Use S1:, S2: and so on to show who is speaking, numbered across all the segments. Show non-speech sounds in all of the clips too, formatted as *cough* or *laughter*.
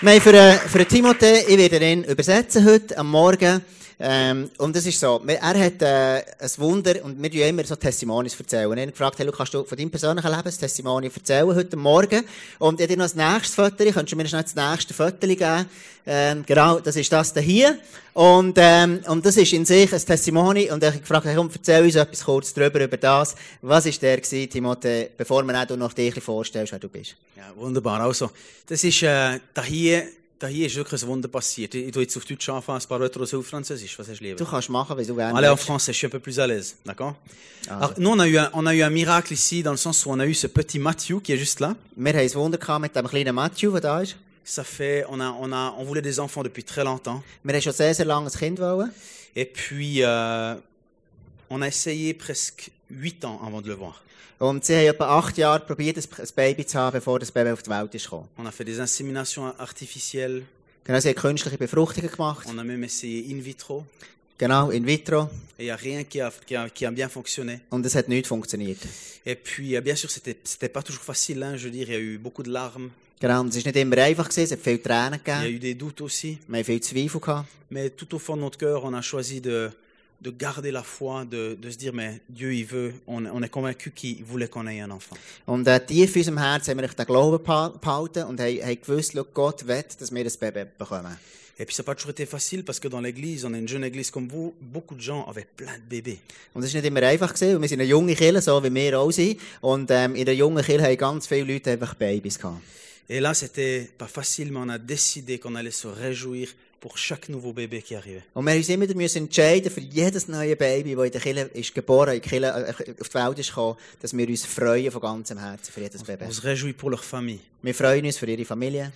S1: Wir haben für, äh, für Timothée, ich werde ihn übersetzen heute am Morgen. Ähm, und es ist so, wir- er hat äh, ein Wunder und wir tun ja immer so Testimonies erzählen. Und ich habe ihn gefragt, hey, Luke, kannst du von deinem persönlichen Leben ein Testimonial erzählen heute Morgen? Und ich habe dir noch das nächste Foto, könntest du mir schnell das nächste Foto geben? Ähm, genau, das ist das da hier. Und, ähm, und das ist in sich ein Testimony. Und ich habe gefragt, hey, komm, erzähl uns etwas kurz drüber, über das. Was war der, gewesen, Timothée, bevor wir auch du noch dich ein bisschen vorstellst, wer du bist?
S2: Ja, wunderbar. Also, das ist, äh, da hier, da hier ist wirklich ein Wunder passiert. Ich tue jetzt auf Deutsch anfangen, ein paar Wörter aus Französisch, was hast du lieber?
S1: Du kannst machen, wie du gerne
S2: Allez, en
S1: willst.
S2: français, je suis un peu plus à l'aise, d'accord
S1: Ah,
S2: Alors, nous, on a, eu un, on a eu un miracle ici, dans le sens où on a eu ce petit Mathieu qui est juste là.
S1: Wir haben ein Wunder gehabt mit dem kleinen Matthew, der da ist.
S2: Ça fait, on, a, on, a, on voulait des enfants depuis très longtemps.
S1: Wir haben schon sehr, sehr lange ein Kind wollen.
S2: Et puis, euh, on a essayé presque huit ans avant de le voir.
S1: Und sie haben etwa acht Jahre probiert, ein ein Baby zu haben, bevor das Baby auf die Welt ist gekommen.
S2: On a fait des inséminations artificielles,
S1: Genau, sie haben künstliche Befruchtungen gemacht.
S2: on a même essayé in vitro,
S1: Genau, in vitro.
S2: et il n'y a rien qui a, qui, a, qui a bien fonctionné.
S1: Und es hat nichts funktioniert.
S2: Et puis, euh, bien sûr, c'était c'était pas toujours facile. Hein, je veux dire, il y a eu beaucoup de larmes,
S1: Genau, und es war nicht immer einfach, gewesen, es hat viele Tränen
S2: il y a
S1: gegeben.
S2: eu des doutes aussi.
S1: Wir haben viel Zweifel gehabt.
S2: Mais tout au fond de notre cœur, on a choisi de, de garder la foi, de, de se dire, mais Dieu, il veut. On, on est convaincu qu'il voulait qu'on ait un enfant.
S1: Und äh, tief in unserem Herzen haben wir den Glauben beha- behalten und haben, haben gewusst, schau, Gott will, dass wir das Baby bekommen.
S2: Et puis, ça n'a pas toujours été facile parce que dans l'église, on est une jeune église comme vous, beaucoup de gens avaient plein de bébés.
S1: Und es war nicht immer einfach, gewesen, weil wir sind eine junge Kirche, so wie wir auch sind. Und ähm, in der jungen Kirche haben ganz viele Leute einfach Babys gehabt.
S2: Et là, c'était pas facile, mais on a décidé qu'on allait se réjouir pour chaque nouveau bébé qui arrivait.
S1: Und wir mussten uns immer müssen entscheiden, für jedes neue Baby, das in der Kirche ist geboren in die Kirche, äh, auf die Welt ist gekommen, dass wir uns freuen von ganzem Herzen für jedes Baby.
S2: On se réjouit pour leur famille.
S1: Wir freuen uns für ihre Familie.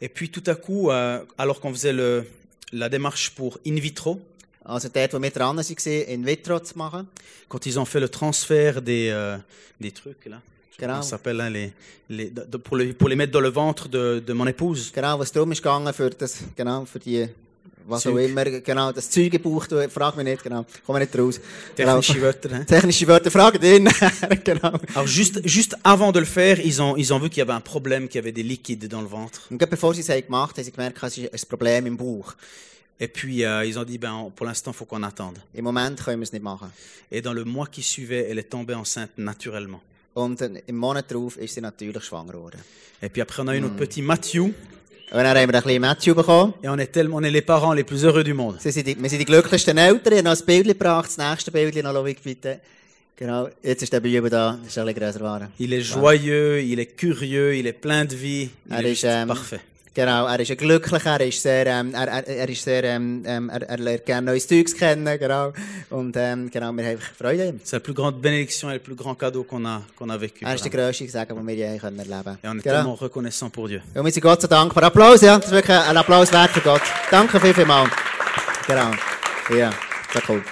S2: Et puis, tout à coup, euh, alors qu'on faisait le, la démarche pour in vitro,
S1: Also dort, wo wir dran waren, in vitro zu machen.
S2: quand ils ont fait le transfert des, euh, des trucs, là, je sais pas
S1: Grave.
S2: comment ça s'appelle, hein, les, les, de- de- pour, les, pour les mettre dans le ventre de, de mon épouse,
S1: Genau, was darum ist gegangen für das, genau, für die, was auch
S2: Zeug.
S1: immer, genau, das Zeug im Bauch, du, frag mich nicht, genau, kommen wir nicht raus. *laughs* Genau.
S2: technische Wörter, hein.
S1: Technische Wörter, frag ihn, *laughs* genau.
S2: Alors, juste, juste avant de le faire, ils ont, ils ont vu qu'il y avait un problème, qu'il y avait des liquides dans le ventre.
S1: Und gerade bevor sie es haben gemacht haben, haben sie gemerkt, es ist ein Problem im Bauch.
S2: Et puis, euh, ils ont dit, ben, on- pour l'instant, il faut qu'on attende.
S1: Im Moment können wir es nicht machen.
S2: Et dans le mois qui suivait, elle est tombée enceinte naturellement.
S1: Und äh, im Monat darauf ist sie natürlich schwanger geworden.
S2: Et puis après, on a eu notre petit Matthew,
S1: Und dann haben wir einen kleinen Matthew bekommen.
S2: et on est, tellement, on est les parents les plus heureux du monde.
S1: Sie sind die, wir sind die glücklichsten Eltern. Ich habe noch ein Bild gebracht. Das nächste Bild noch, Lovic, bitte. Genau, jetzt ist der Bübel da. Das ist ein bisschen grösser geworden.
S2: Il est joyeux, il est curieux, il est plein de vie, il
S1: Ah,
S2: est
S1: dus,
S2: juste
S1: euh,
S2: parfait.
S1: Genau, er ist ein Glücklicher, er ist sehr, ähm, er, er, er ist sehr, ähm, ähm, er, er lernt gerne neues Zeugs kennen, genau. Und, ähm, genau, wir haben einfach Freude an ihm.
S2: C'est la plus grande bénédiction et le plus grand cadeau qu'on a, qu'on a vécu.
S1: Er ist der
S2: vraiment.
S1: grösste Segen, den wir je erleben können.
S2: Et on
S1: Genau.
S2: est tellement reconnaissant pour Dieu.
S1: Und wir sind Gott so dankbar. Applaus, ja. Das ist wirklich ein Applaus wert für Gott. Danke viel, vielmals. Genau. Ja, sehr cool.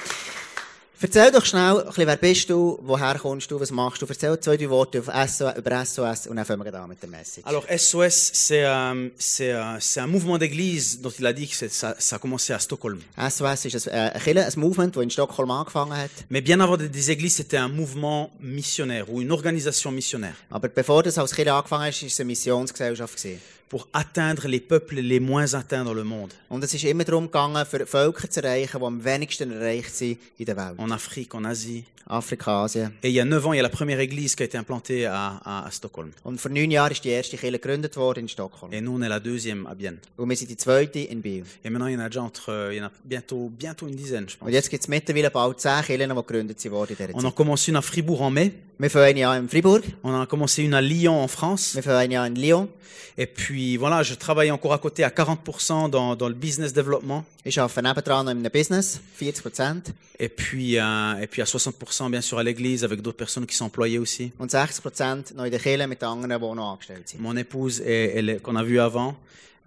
S1: Erzähl doch schnell, ein bisschen, wer bist du, woher kommst du, was machst du? Erzähl zwei, drei Worte auf SO, über SOS und dann fangen wir an mit der Message.
S2: Alors SOS, c'est euh, c'est, euh, c'est un mouvement d'église dont il a dit que c'est- ça, ça a commencé à Stockholm.
S1: SOS ist ein, äh, eine Kirche, ein Movement, das in Stockholm angefangen hat.
S2: Mais bien avant d'être des églises, c'était un mouvement missionnaire ou une organisation missionnaire
S1: Aber bevor das als Kirche angefangen ist, war es eine Missionsgesellschaft. Gewesen.
S2: pour atteindre les peuples les moins atteints dans le monde,
S1: Und es ist immer darum gegangen, für Völker zu erreichen, die am wenigsten erreicht sind in der Welt.
S2: en Afrique, en Asie.
S1: Afrika, Asien.
S2: Et il y a neuf ans, il y a la première église qui a été implantée à, à- à Stockholm.
S1: Und vor neun Jahren ist die erste Kirche gegründet worden in Stockholm.
S2: Et nous, on est la deuxième à Bienne.
S1: Und wir sind die zweite in Biel.
S2: Et maintenant, il y en a déjà entre, euh, il y en a bientôt, bientôt une dizaine, je pense.
S1: Und jetzt gibt es mittlerweile bald zehn Kirchen, die gegründet wurden in dieser
S2: On en
S1: Zeit.
S2: commence une à Fribourg en mai.
S1: Wir fangen eine an in Freiburg,
S2: On en a commencé une à Lyon en France.
S1: wir fangen eine an in Lyon.
S2: Et puis voilà, je travaille encore à côté à 40% dans, dans le business development.
S1: Ich arbeite nebendran noch in einem Business, 40 Prozent.
S2: Et puis, euh, et puis à 60% bien sûr à l'église avec d'autres personnes qui sont employées aussi.
S1: Und 60 Prozent noch in der Kirche mit anderen, die noch angestellt sind.
S2: Mon épouse, est- elle est- qu'on a vue avant,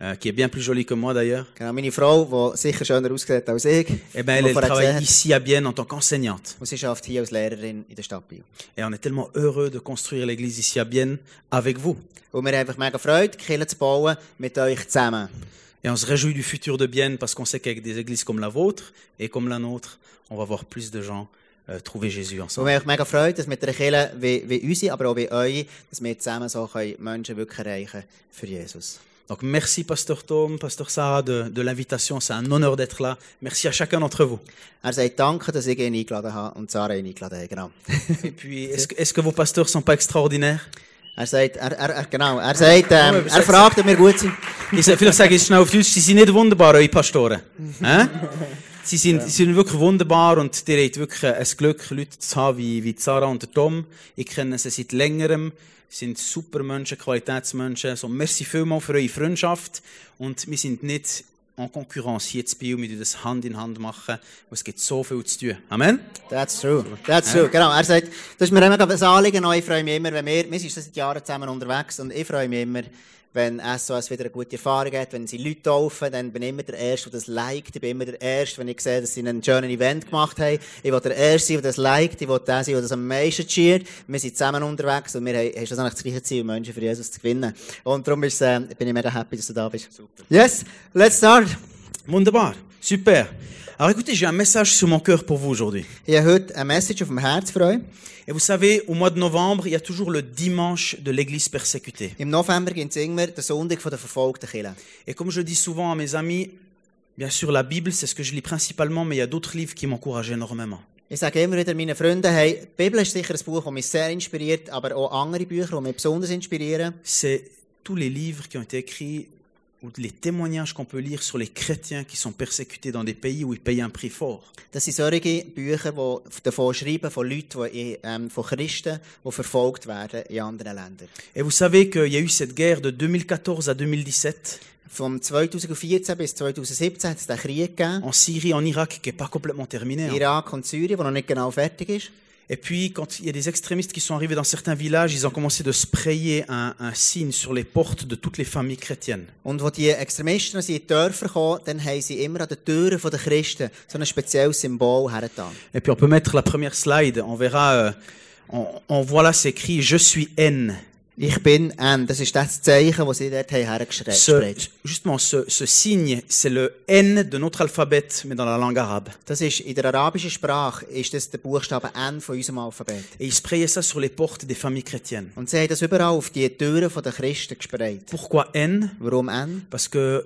S2: euh, qui est bien plus jolie que moi d'ailleurs,
S1: Genau, meine Frau, die sicher schöner aussieht als ich,
S2: eh
S1: die
S2: ben, elle,
S1: man
S2: elle
S1: vorher gesehen
S2: travaille
S1: hat.
S2: ici à Bienne en tant qu'enseignante.
S1: Und sie arbeitet hier als Lehrerin in der Stadt Biel.
S2: Et on est tellement heureux de construire l'église ici à Bienne avec vous.
S1: Und wir haben einfach mega Freude, die Kirche zu bauen mit euch zusammen.
S2: Et on se réjouit du futur de Bienne parce qu'on sait qu'avec des églises comme la vôtre et comme la nôtre, on va voir plus de gens euh, trouver Jésus
S1: Und
S2: ensemble.
S1: wir haben mega freut, dass mit einer Kirche wie, wie unsere, aber auch wie euch, dass wir zusammen so können Menschen wirklich erreichen für Jesus.
S2: Donc merci Pasteur Tom, Pasteur Sarah de, de l'invitation. C'est un honneur d'être là. Merci à chacun d'entre vous.
S1: Er sagt Danke, dass ich ihn eingeladen habe und Sarah ihn eingeladen habe. Genau. *laughs*
S2: Et puis, est-ce que, est-ce que vos pasteurs sont pas extraordinaires
S1: Er sagt, er, er, er, genau, er sagt, ähm,
S2: Oh,
S1: er fragt, ob wir gut sind.
S2: Ich sag- Vielleicht sage ich es schnell auf Deutsch, sie sind nicht wunderbar, Hein? eure Pastoren. Hä? Sie sind, sie sind wirklich wunderbar und ihr habt wirklich ein Glück, Leute zu haben wie, wie Sarah und der Tom. Ich kenne sie seit längerem, sind super Menschen, Qualitätsmenschen. So, merci vielmals für eure Freundschaft und wir sind nicht en Konkurrenz hier zu Biel, wir tun das Hand in Hand machen, weil es gibt so viel zu tun. Amen?
S1: That's true. That's true. Genau. Er sagt, das ist mir immer ein Anliegen. und Ich freue mich immer, wenn wir, wir sind schon seit Jahren zusammen unterwegs und ich freue mich immer, wenn SOS wieder eine gute Erfahrung hat, wenn sie Leute taufen, dann bin ich immer der Erste, der das liked. Ich bin immer der Erste, wenn ich sehe, dass sie einen schönen Event gemacht haben. Ich will der Erste sein, der das liked. Ich will der sein, der das am meisten cheert. Wir sind zusammen unterwegs und wir haben, haben schlussendlich das gleiche Ziel, Menschen für Jesus zu gewinnen. Und darum ist, äh, bin ich mega happy, dass du da bist. Yes, let's start.
S2: Wunderbar, super. Alors écoutez, j'ai un message sur mon cœur pour vous aujourd'hui.
S1: Ich habe heute eine Message auf dem Herz für euch.
S2: Et vous savez, au mois de novembre, il y a toujours le dimanche de l'Église persécutée.
S1: Im November gibt es immer den Sonntag von der verfolgten Kirche.
S2: Et comme je dis souvent à mes amis, bien sûr, la Bible, c'est ce que je lis principalement, mais il y a d'autres livres qui m'encouragent énormément.
S1: Ich sage immer wieder meinen Freunden, hey, die Bibel ist sicher ein Buch, das mich sehr inspiriert, aber auch andere Bücher, die mich besonders inspirieren.
S2: C'est tous les livres qui ont été écrits ou les témoignages qu'on peut lire sur les chrétiens qui sont persécutés dans des pays où ils payent un prix fort.
S1: Das sind solche Bücher, die davon schreiben, von Leuten, die, in- ähm, von Christen, die verfolgt werden in anderen Ländern.
S2: Et vous savez qu'il y a eu cette guerre de 2014 à 2017
S1: Vom 2014 bis 2017 hat es den Krieg gegeben,
S2: en Syrie, en Irak, qui n'est pas complètement terminée. hein.
S1: Irak und Syrien, der noch nicht genau fertig ist.
S2: Et puis, quand il y a des extrémistes qui sont arrivés dans certains villages, ils ont commencé de sprayer un, un signe sur les portes de toutes les familles chrétiennes.
S1: Und als die Extremisten aus ihren Dörfern kamen, dann haben sie immer an den Türen der Christen so ein spezielles Symbol hergetan.
S2: Et puis on peut mettre la première slide, on verra, euh, on, on voit là, c'est écrit « Je suis haine
S1: Ich bin N. Das ist das Zeichen, das sie dort haben hergeschrieben ».
S2: Ce,
S1: haben.
S2: justement, ce, ce signe, c'est le N de notre alphabet, mais dans la langue arabe.
S1: Das ist in der arabischen Sprache ist das der Buchstabe N von unserem Alphabet.
S2: Et ils sprayaient ça sur les portes des familles chrétiennes.
S1: Und sie haben das überall auf die Türen der Christen gespreit.
S2: Pourquoi N
S1: Warum N?
S2: Parce que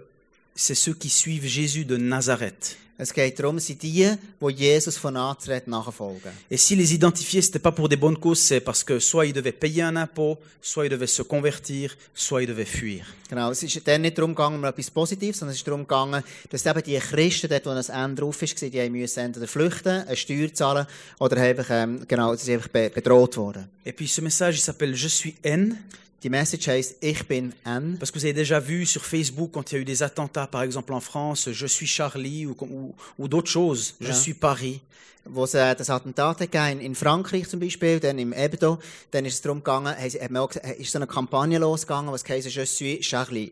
S2: c'est ceux qui suivent Jésus de Nazareth.
S1: Es geht darum, es sind die, die Jesus von Nazareth nachfolgen.
S2: Et si les identifier, c'était pas pour des bonnes causes, c'est parce que soit ils devaient payer un impôt, soit ils devaient se convertir, soit ils devaient fuir.
S1: Genau, es ist dann nicht darum gegangen, um etwas Positives, sondern es ist darum gegangen, dass eben die Christen, dort, wo ein N drauf ist, die haben müssen entweder flüchten, eine Steuer zahlen oder haben einfach, ähm, genau, sie sind einfach be- bedroht worden.
S2: Et puis ce message, il s'appelle « Je suis haine ».
S1: Die Message heisst, ich bin N.
S2: Parce que vous avez déjà vu sur Facebook quand il y a eu des attentats, par exemple en France, je suis Charlie ou, comme- ou, ou d'autres choses, je
S1: Ja.
S2: suis Paris.
S1: wo es äh, das Attentat gegeben hat, in- in Frankreich zum Beispiel, dann im Ebdo, dann ist es darum gegangen, hat, hat man auch, gesagt, ist so eine Kampagne losgegangen, was heisst, je suis Charlie.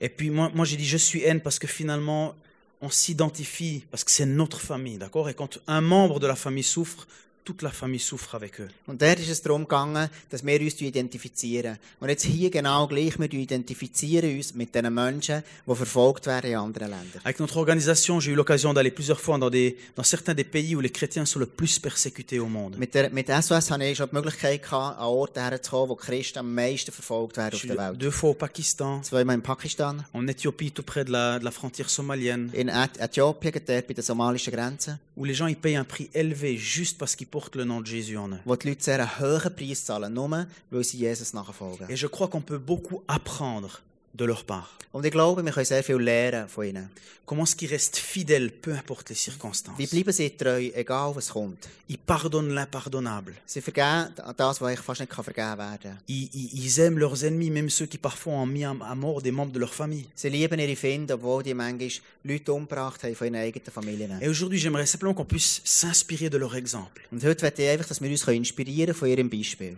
S2: Et puis moi, moi j'ai dit je suis haine parce que finalement on s'identifie parce que c'est notre famille, d'accord Et quand un membre de la famille souffre, toute la famille souffre avec eux.
S1: Und dort ist es darum gegangen, dass wir uns identifizieren. Und jetzt hier genau gleich, wir identifizieren uns mit den Menschen, die verfolgt werden in anderen Ländern.
S2: Avec notre organisation, j'ai eu l'occasion d'aller plusieurs fois dans, des, dans certains des pays où les chrétiens sont le plus persécutés au monde.
S1: Mit, der, mit SOS hatte ich schon die Möglichkeit, gehabt, an Orte herzukommen, wo die Christen am meisten verfolgt werden
S2: Je
S1: auf
S2: suis
S1: der Welt.
S2: deux fois au Pakistan,
S1: Zweimal in Pakistan,
S2: en Éthiopie, tout près de la, de la frontière somalienne,
S1: in Ä- Äthiopien, dort bei der somalischen Grenze,
S2: où les gens ils payent un prix élevé juste parce qu'ils portent le nom de Jésus en eux.
S1: wo die Leute sehr einen hohen Preis zahlen, nur weil sie Jesus nachfolgen.
S2: Et je crois qu'on peut beaucoup apprendre de leur part.
S1: Und ich glaube, wir können sehr viel lernen von ihnen.
S2: Comment est-ce qu'ils restent fidèles, peu importe les circonstances.
S1: Wie bleiben sie treu, egal was kommt.
S2: Ils pardonnent l'impardonnable.
S1: Sie vergeben das, was eigentlich fast nicht vergeben werden kann.
S2: Ils, ils- ils aiment leurs ennemis, même ceux qui parfois ont mis à, à mort des membres de leur famille.
S1: Sie lieben ihre Finde, obwohl die manchmal Leute umgebracht haben von ihren eigenen Familien.
S2: Et aujourd'hui, j'aimerais simplement qu'on puisse s'inspirer de leur exemple.
S1: Und heute möchte ich einfach, dass wir uns inspirieren können von ihrem Beispiel.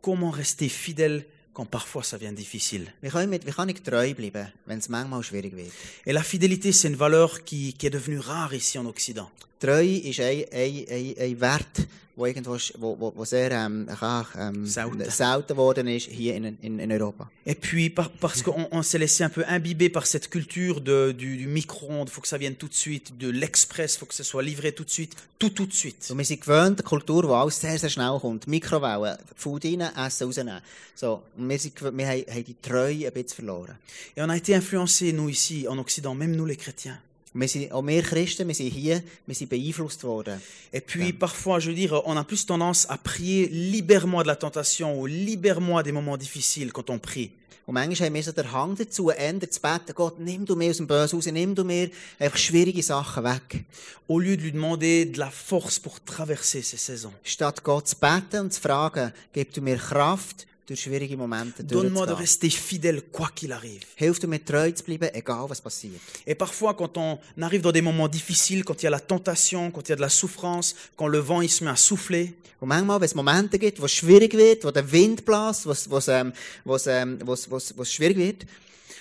S2: Comment rester fidèle quand parfois ça devient difficile.
S1: Wie kann, mit, wie kann ich treu bleiben, wenn es manchmal schwierig wird?
S2: Et la fidélité, c'est une valeur qui, qui est devenue rare ici en Occident.
S1: Treue ist ein, ein, ein, ein Wert, wo irgendwo, sch- wo, wo, wo sehr ähm, ach, ähm,
S2: Selten.
S1: selten worden ist hier in, in, in Europa.
S2: Et puis, par- parce qu'on on s'est laissé un peu imbiber par cette culture de, du, du micro-ondes, faut que ça vienne tout de suite, de l'express, faut que ça soit livré tout de suite, tout tout de suite.
S1: Und wir sind gewöhnt, eine Kultur, wo alles sehr, sehr schnell kommt. Mikrowellen, Food rein, Essen rausnehmen. So, und wir, sind, gewö- wir haben, haben die Treue ein bisschen verloren.
S2: Et on a été influencés, nous, ici, en Occident, même nous, les chrétiens.
S1: Und Wir sind, auch wir Christen, wir sind hier, wir sind beeinflusst worden.
S2: Et puis, parfois, je veux dire, on a plus tendance à prier libère-moi de la tentation ou libère-moi des moments difficiles quand on prie.
S1: Und manchmal haben wir so den Hang dazu, ändert zu beten, Gott, nimm du mir aus dem Bösen raus, nimm du mir einfach schwierige Sachen weg.
S2: Au lieu de lui demander de la force pour traverser ces saisons.
S1: Statt Gott zu beten und zu fragen, gib du mir Kraft, durch schwierige Momente
S2: Donne-moi de
S1: durchzugehen.
S2: rester fidèle quoi qu'il arrive.
S1: Hilf du mir treu zu bleiben, egal was passiert.
S2: Et parfois, quand on arrive dans des moments difficiles, quand il y a la tentation, quand il y a de la souffrance, quand le vent il se met à souffler,
S1: Und manchmal, wenn es Momente gibt, wo es schwierig wird, wo der Wind bläst, wo es, wo es, ähm, wo es, ähm, wo es, wo es, wo es schwierig wird,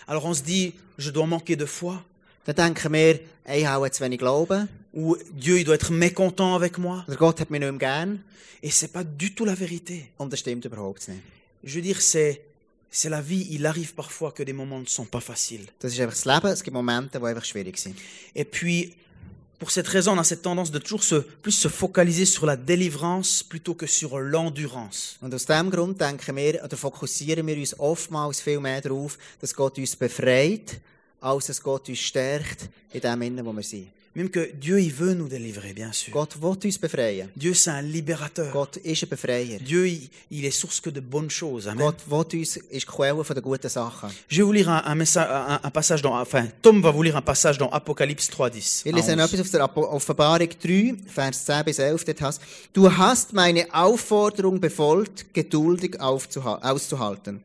S2: alors on se dit, je dois manquer de foi,
S1: dann denken wir, ich habe zu wenig Glauben,
S2: ou Dieu, il doit être mécontent avec moi.
S1: oder Gott hat mich nicht mehr gern,
S2: Et c'est pas du tout la vérité.
S1: und das stimmt überhaupt nicht.
S2: Je veux dire, c'est, c'est la vie. Il arrive parfois que des moments ne sont pas faciles.
S1: Das ist einfach das Leben, es gibt Momente, die einfach schwierig sind.
S2: Et puis, pour cette raison, on a cette tendance de toujours se, plus se focaliser sur la délivrance plutôt que sur l'endurance.
S1: Und aus diesem Grund denken wir, oder fokussieren wir uns oftmals viel mehr darauf, dass Gott uns befreit, als dass Gott uns stärkt in dem Innen, wo wir sind.
S2: Même que Dieu, il veut nous délivrer, bien sûr.
S1: Gott will uns befreien.
S2: Dieu, c'est un libérateur.
S1: Gott ist ein Befreier.
S2: Dieu, il, il est source que de bonnes choses. Amen.
S1: Gott will uns, ist die Quelle von der guten Sachen.
S2: Je vais vous lire un, un messa- un- un passage dans, enfin, Tom va vous lire un passage dans Apocalypse Ah, 3.10.
S1: Wir
S2: à
S1: lesen
S2: 11.
S1: etwas aus der Apo- Offenbarung 3, Vers 10 bis 11. Dort hast, du hast meine Aufforderung befolgt, geduldig aufzuha- auszuhalten.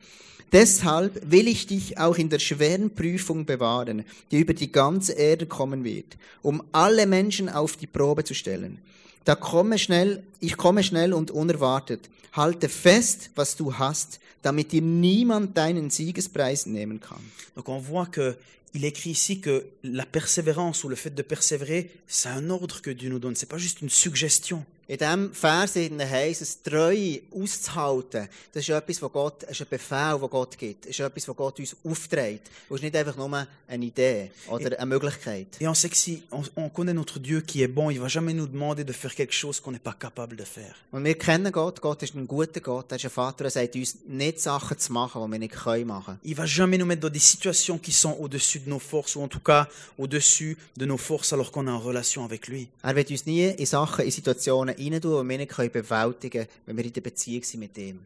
S1: Deshalb will ich dich auch in der schweren Prüfung bewahren, die über die ganze Erde kommen wird, um alle Menschen auf die Probe zu stellen. Da komme schnell, ich komme schnell und unerwartet. Halte fest, was du hast, damit dir niemand deinen Siegespreis nehmen kann.
S2: Donc on voit que il écrit ici que la persévérance ou le fait de persévérer, c'est un ordre que Dieu nous donne. C'est pas juste une suggestion.
S1: In diesem Vers heisst es, Treue auszuhalten. Das ist etwas, was Gott, das ist ein Befehl, den Gott gibt. Das ist etwas, was Gott uns aufträgt. Und es ist nicht einfach nur eine Idee oder eine Möglichkeit.
S2: Et on sait que si on, on connaît notre Dieu qui est bon, il va jamais nous demander de faire quelque chose qu'on n'est pas capable de faire.
S1: Und wir kennen Gott. Gott ist ein guter Gott. Er ist ein Vater, der sagt uns, nicht Sachen zu machen, die wir nicht können machen
S2: Il va jamais nous mettre dans des situations qui sont au-dessus de nos forces ou en tout cas au-dessus de nos forces alors qu'on est en relation avec lui.
S1: können. Er wird uns nie in Sachen, in Situationen rein tun, die wir nicht können bewältigen können, wenn wir in der Beziehung sind mit ihm.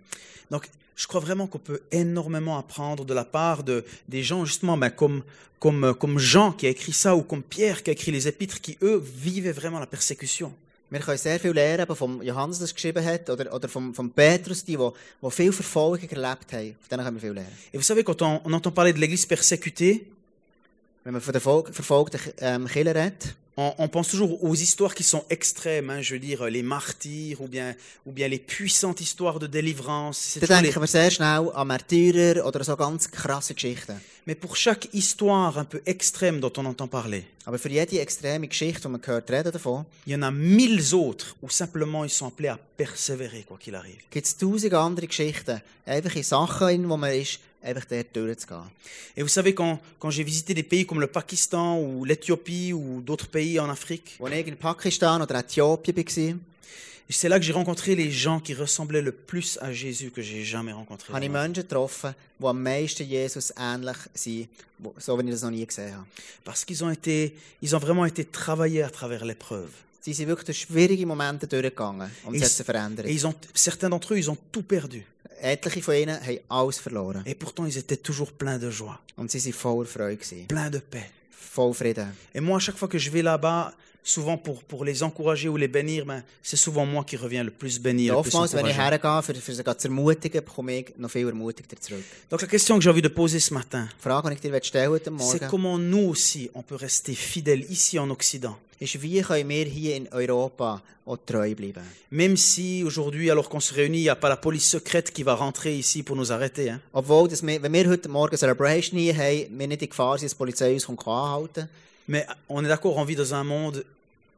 S2: Donc, je crois vraiment qu'on peut énormément apprendre de la part de des gens justement, ben, comme comme euh, comme Jean qui a écrit ça ou comme Pierre qui a écrit les épîtres, qui eux vivaient vraiment la persécution.
S1: Wir können sehr viel lernen, aber vom Johannes, das geschrieben hat, oder, oder vom, vom Petrus, die, die, die viel Verfolgung erlebt haben. Von denen können wir viel lernen.
S2: Et vous savez, quand on, on entend parler de l'Église persécutée,
S1: Wenn man von der Volk, verfolgten ähm, Killer redet,
S2: on, on pense toujours aux histoires qui sont extrêmes. hein, je veux dire euh, les martyrs ou bien ou bien les puissantes histoires de délivrance. c'est
S1: dann
S2: toujours les-
S1: denken wir sehr schnell an Märtyrer oder so ganz krasse Geschichten.
S2: Mais pour chaque histoire un peu extrême dont on entend parler,
S1: Aber für jede extreme Geschichte, die man gehört, reden davon,
S2: il y en a mille autres où simplement ils sont appelés à persévérer quoi qu'il arrive.
S1: gibt es tausend andere Geschichten, einfach in Sachen, in wo man ist, einfach dort durchzugehen.
S2: Et vous savez, quand, quand j'ai visité des pays comme le Pakistan ou l'Éthiopie ou d'autres pays en Afrique,
S1: Als ich in Pakistan oder Äthiopien war,
S2: c'est là que j'ai rencontré les gens qui ressemblaient le plus à Jésus que j'ai jamais rencontré.
S1: habe ich Menschen getroffen, die am meisten Jesus ähnlich sind, wo- so wie ich das noch nie gesehen habe.
S2: Parce qu'ils ont été, ils ont vraiment été travaillés à travers l'épreuve.
S1: Sie sind wirklich durch schwierige Momente durchgegangen um und
S2: Ich-
S1: es hat sie
S2: Et
S1: verändert.
S2: ils ont, certains d'entre eux, ils ont tout perdu.
S1: Etliche von ihnen haben alles verloren
S2: Et pourtant, ils étaient toujours pleins de joie,
S1: und sie waren voller Freude, gewesen,
S2: pleins de paix.
S1: voll Frieden.
S2: Et moi, à chaque fois que je vais là-bas, souvent pour, pour les encourager ou les bénir, ben, c'est souvent moi qui reviens le plus béni, le plus
S1: Oftmals, wenn ich
S2: encouragé.
S1: hergehe, für, für sie zu ermutigen, bekomme ich noch viel ermutigter zurück.
S2: Donc la question que j'ai envie de poser ce matin,
S1: Die Frage, die ich dir heute stellen heute
S2: c'est
S1: Morgen,
S2: comment nous aussi, on peut rester fidèles ici en Occident.
S1: ist, wie können wir hier in Europa auch treu bleiben?
S2: Même si aujourd'hui, alors qu'on se réunit, il n'y a pas la police secrète qui va rentrer ici pour nous arrêter. hein.
S1: Obwohl, dus dass wir, wenn wir heute Morgen Celebration hier haben, wir nicht in Gefahr sind, dass die Polizei uns anhalten kann.
S2: Mais on est d'accord, on vit dans un monde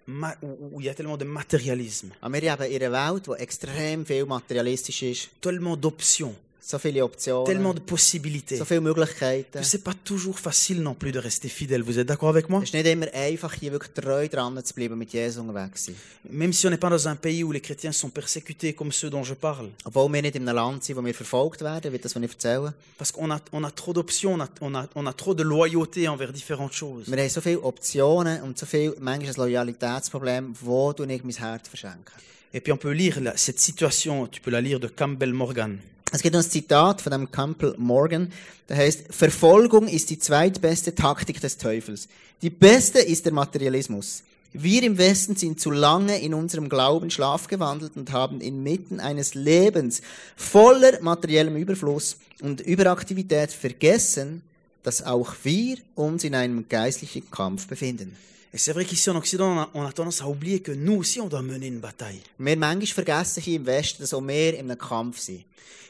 S2: ma- où il y a tellement de matérialisme,
S1: Aber wir leben in einer Welt, die extrem viel materialistisch ist.
S2: tellement d'options,
S1: So viele Optionen,
S2: tellement de possibilités.
S1: so viele Möglichkeiten.
S2: C'est pas toujours facile non plus de rester fidèle. Vous êtes d'accord avec moi
S1: Es ist nicht immer einfach, hier wirklich treu dran zu bleiben, mit Jesus unterwegs zu sein.
S2: Même si on n'est pas dans un pays où les chrétiens sont persécutés comme ceux dont je parle,
S1: Obwohl wir nicht in einem Land sind, wo wir verfolgt werden, wie das, was ich erzähle.
S2: parce qu'on a, on a trop d'options, on a, on, a, on a trop de loyauté envers différentes choses.
S1: Wir haben so viele Optionen und so viel, manchmal ein Loyalitätsproblem, wo du nicht mein Herz verschenken.
S2: Et puis on peut lire la- cette situation, tu peux la lire de Campbell Morgan.
S1: Es gibt noch ein Zitat von dem Campbell Morgan, der heißt, Verfolgung ist die zweitbeste Taktik des Teufels. Die beste ist der Materialismus. Wir im Westen sind zu lange in unserem Glauben schlafgewandelt und haben inmitten eines Lebens voller materiellem Überfluss und Überaktivität vergessen, dass auch wir uns in einem geistlichen Kampf befinden.
S2: Et c'est vrai qu'ici en Occident, on a, on a tendance à oublier que nous aussi, on doit mener une bataille.
S1: Wir manchmal vergessen hier im Westen, dass auch wir in einem Kampf sind.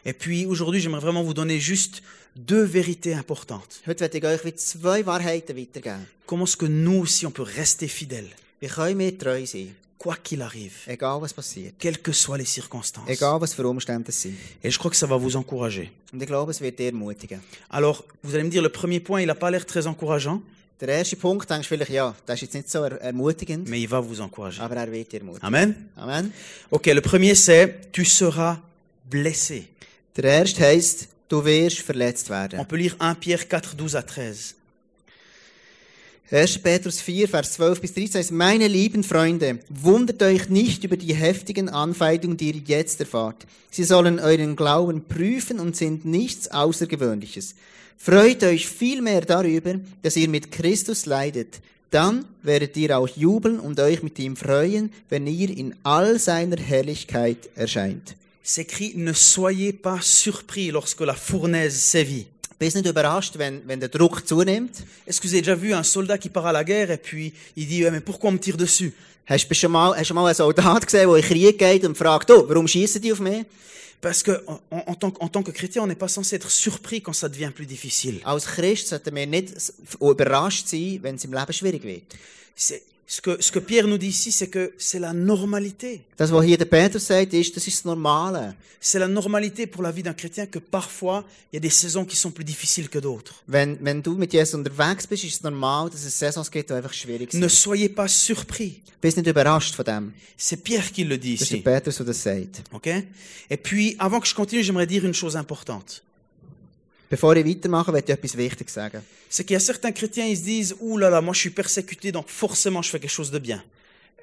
S2: Et puis aujourd'hui, j'aimerais vraiment vous donner juste deux vérités importantes.
S1: Heute werde ich euch wie zwei Wahrheiten weitergeben.
S2: Comment est-ce que nous aussi, on peut rester fidèle,
S1: Wie können wir treu sein?
S2: quoi qu'il arrive,
S1: Egal was passiert.
S2: quelles que soient les circonstances.
S1: Egal was für Umstände es sind.
S2: Et je crois que ça va vous encourager.
S1: Und ich glaube, es wird dir ermutigen.
S2: Alors, vous allez me dire, le premier point, il n'a pas l'air très encourageant,
S1: Der erste Punkt, denkst du vielleicht, ja, das ist jetzt nicht so er ermutigend,
S2: mais il va vous encourager.
S1: aber er wird dir ermutigen.
S2: Amen.
S1: Amen.
S2: Ok, le premier, c'est tu seras blessé.
S1: Der erste heisst, du wirst verletzt
S2: On
S1: werden.
S2: peut lire 1 Pierre 4, 12 à 13.
S1: 1. Petrus 4, Vers 12 bis 13 heißt, meine lieben Freunde, wundert euch nicht über die heftigen Anfeindungen, die ihr jetzt erfahrt. Sie sollen euren Glauben prüfen und sind nichts Außergewöhnliches. Freut euch vielmehr darüber, dass ihr mit Christus leidet. Dann werdet ihr auch jubeln und euch mit ihm freuen, wenn ihr in all seiner Herrlichkeit erscheint.
S2: C'est écrit, ne soyez pas surpris lorsque la fournaise sévit.
S1: Bist nicht überrascht, wenn, wenn der Druck zunimmt?
S2: Est-ce que vous avez déjà vu un soldat qui part à la guerre et puis il dit, Ouais, mais pourquoi on me tire dessus?
S1: Hast du schon mal, hast du schon mal einen Soldat gesehen, der in den Krieg geht und fragt, du, warum schießen die auf mich?
S2: Parce que en, en- en tant, que- en tant que chrétien, on n'est pas censé être surpris quand ça devient plus difficile.
S1: Als Christ sollten wir nicht s- überrascht sein, wenn es im Leben schwierig wird.
S2: C'est- Ce que, ce que Pierre nous dit ici, c'est que c'est la normalité.
S1: Das, was hier der Petrus sagt, ist, das ist das Normale.
S2: C'est la normalité pour la vie d'un chrétien que parfois, il y a des saisons qui sont plus difficiles que d'autres.
S1: Wenn, wenn du mit Jesus unterwegs bist, ist es normal, dass es Saisons gibt, die einfach schwierig sind.
S2: Ne soyez pas surpris.
S1: Bist nicht überrascht von dem.
S2: C'est Pierre qui le dit
S1: Das ist der
S2: ici.
S1: Petrus, der das sagt.
S2: Ok Et puis, avant que je continue, j'aimerais dire une chose importante.
S1: Bevor ich weitermache, möchte ich etwas Wichtiges sagen.
S2: C'est qu'il y a certains chrétiens, ils se disent, ouh là là, moi je suis persécuté, donc forcément je fais quelque chose de bien.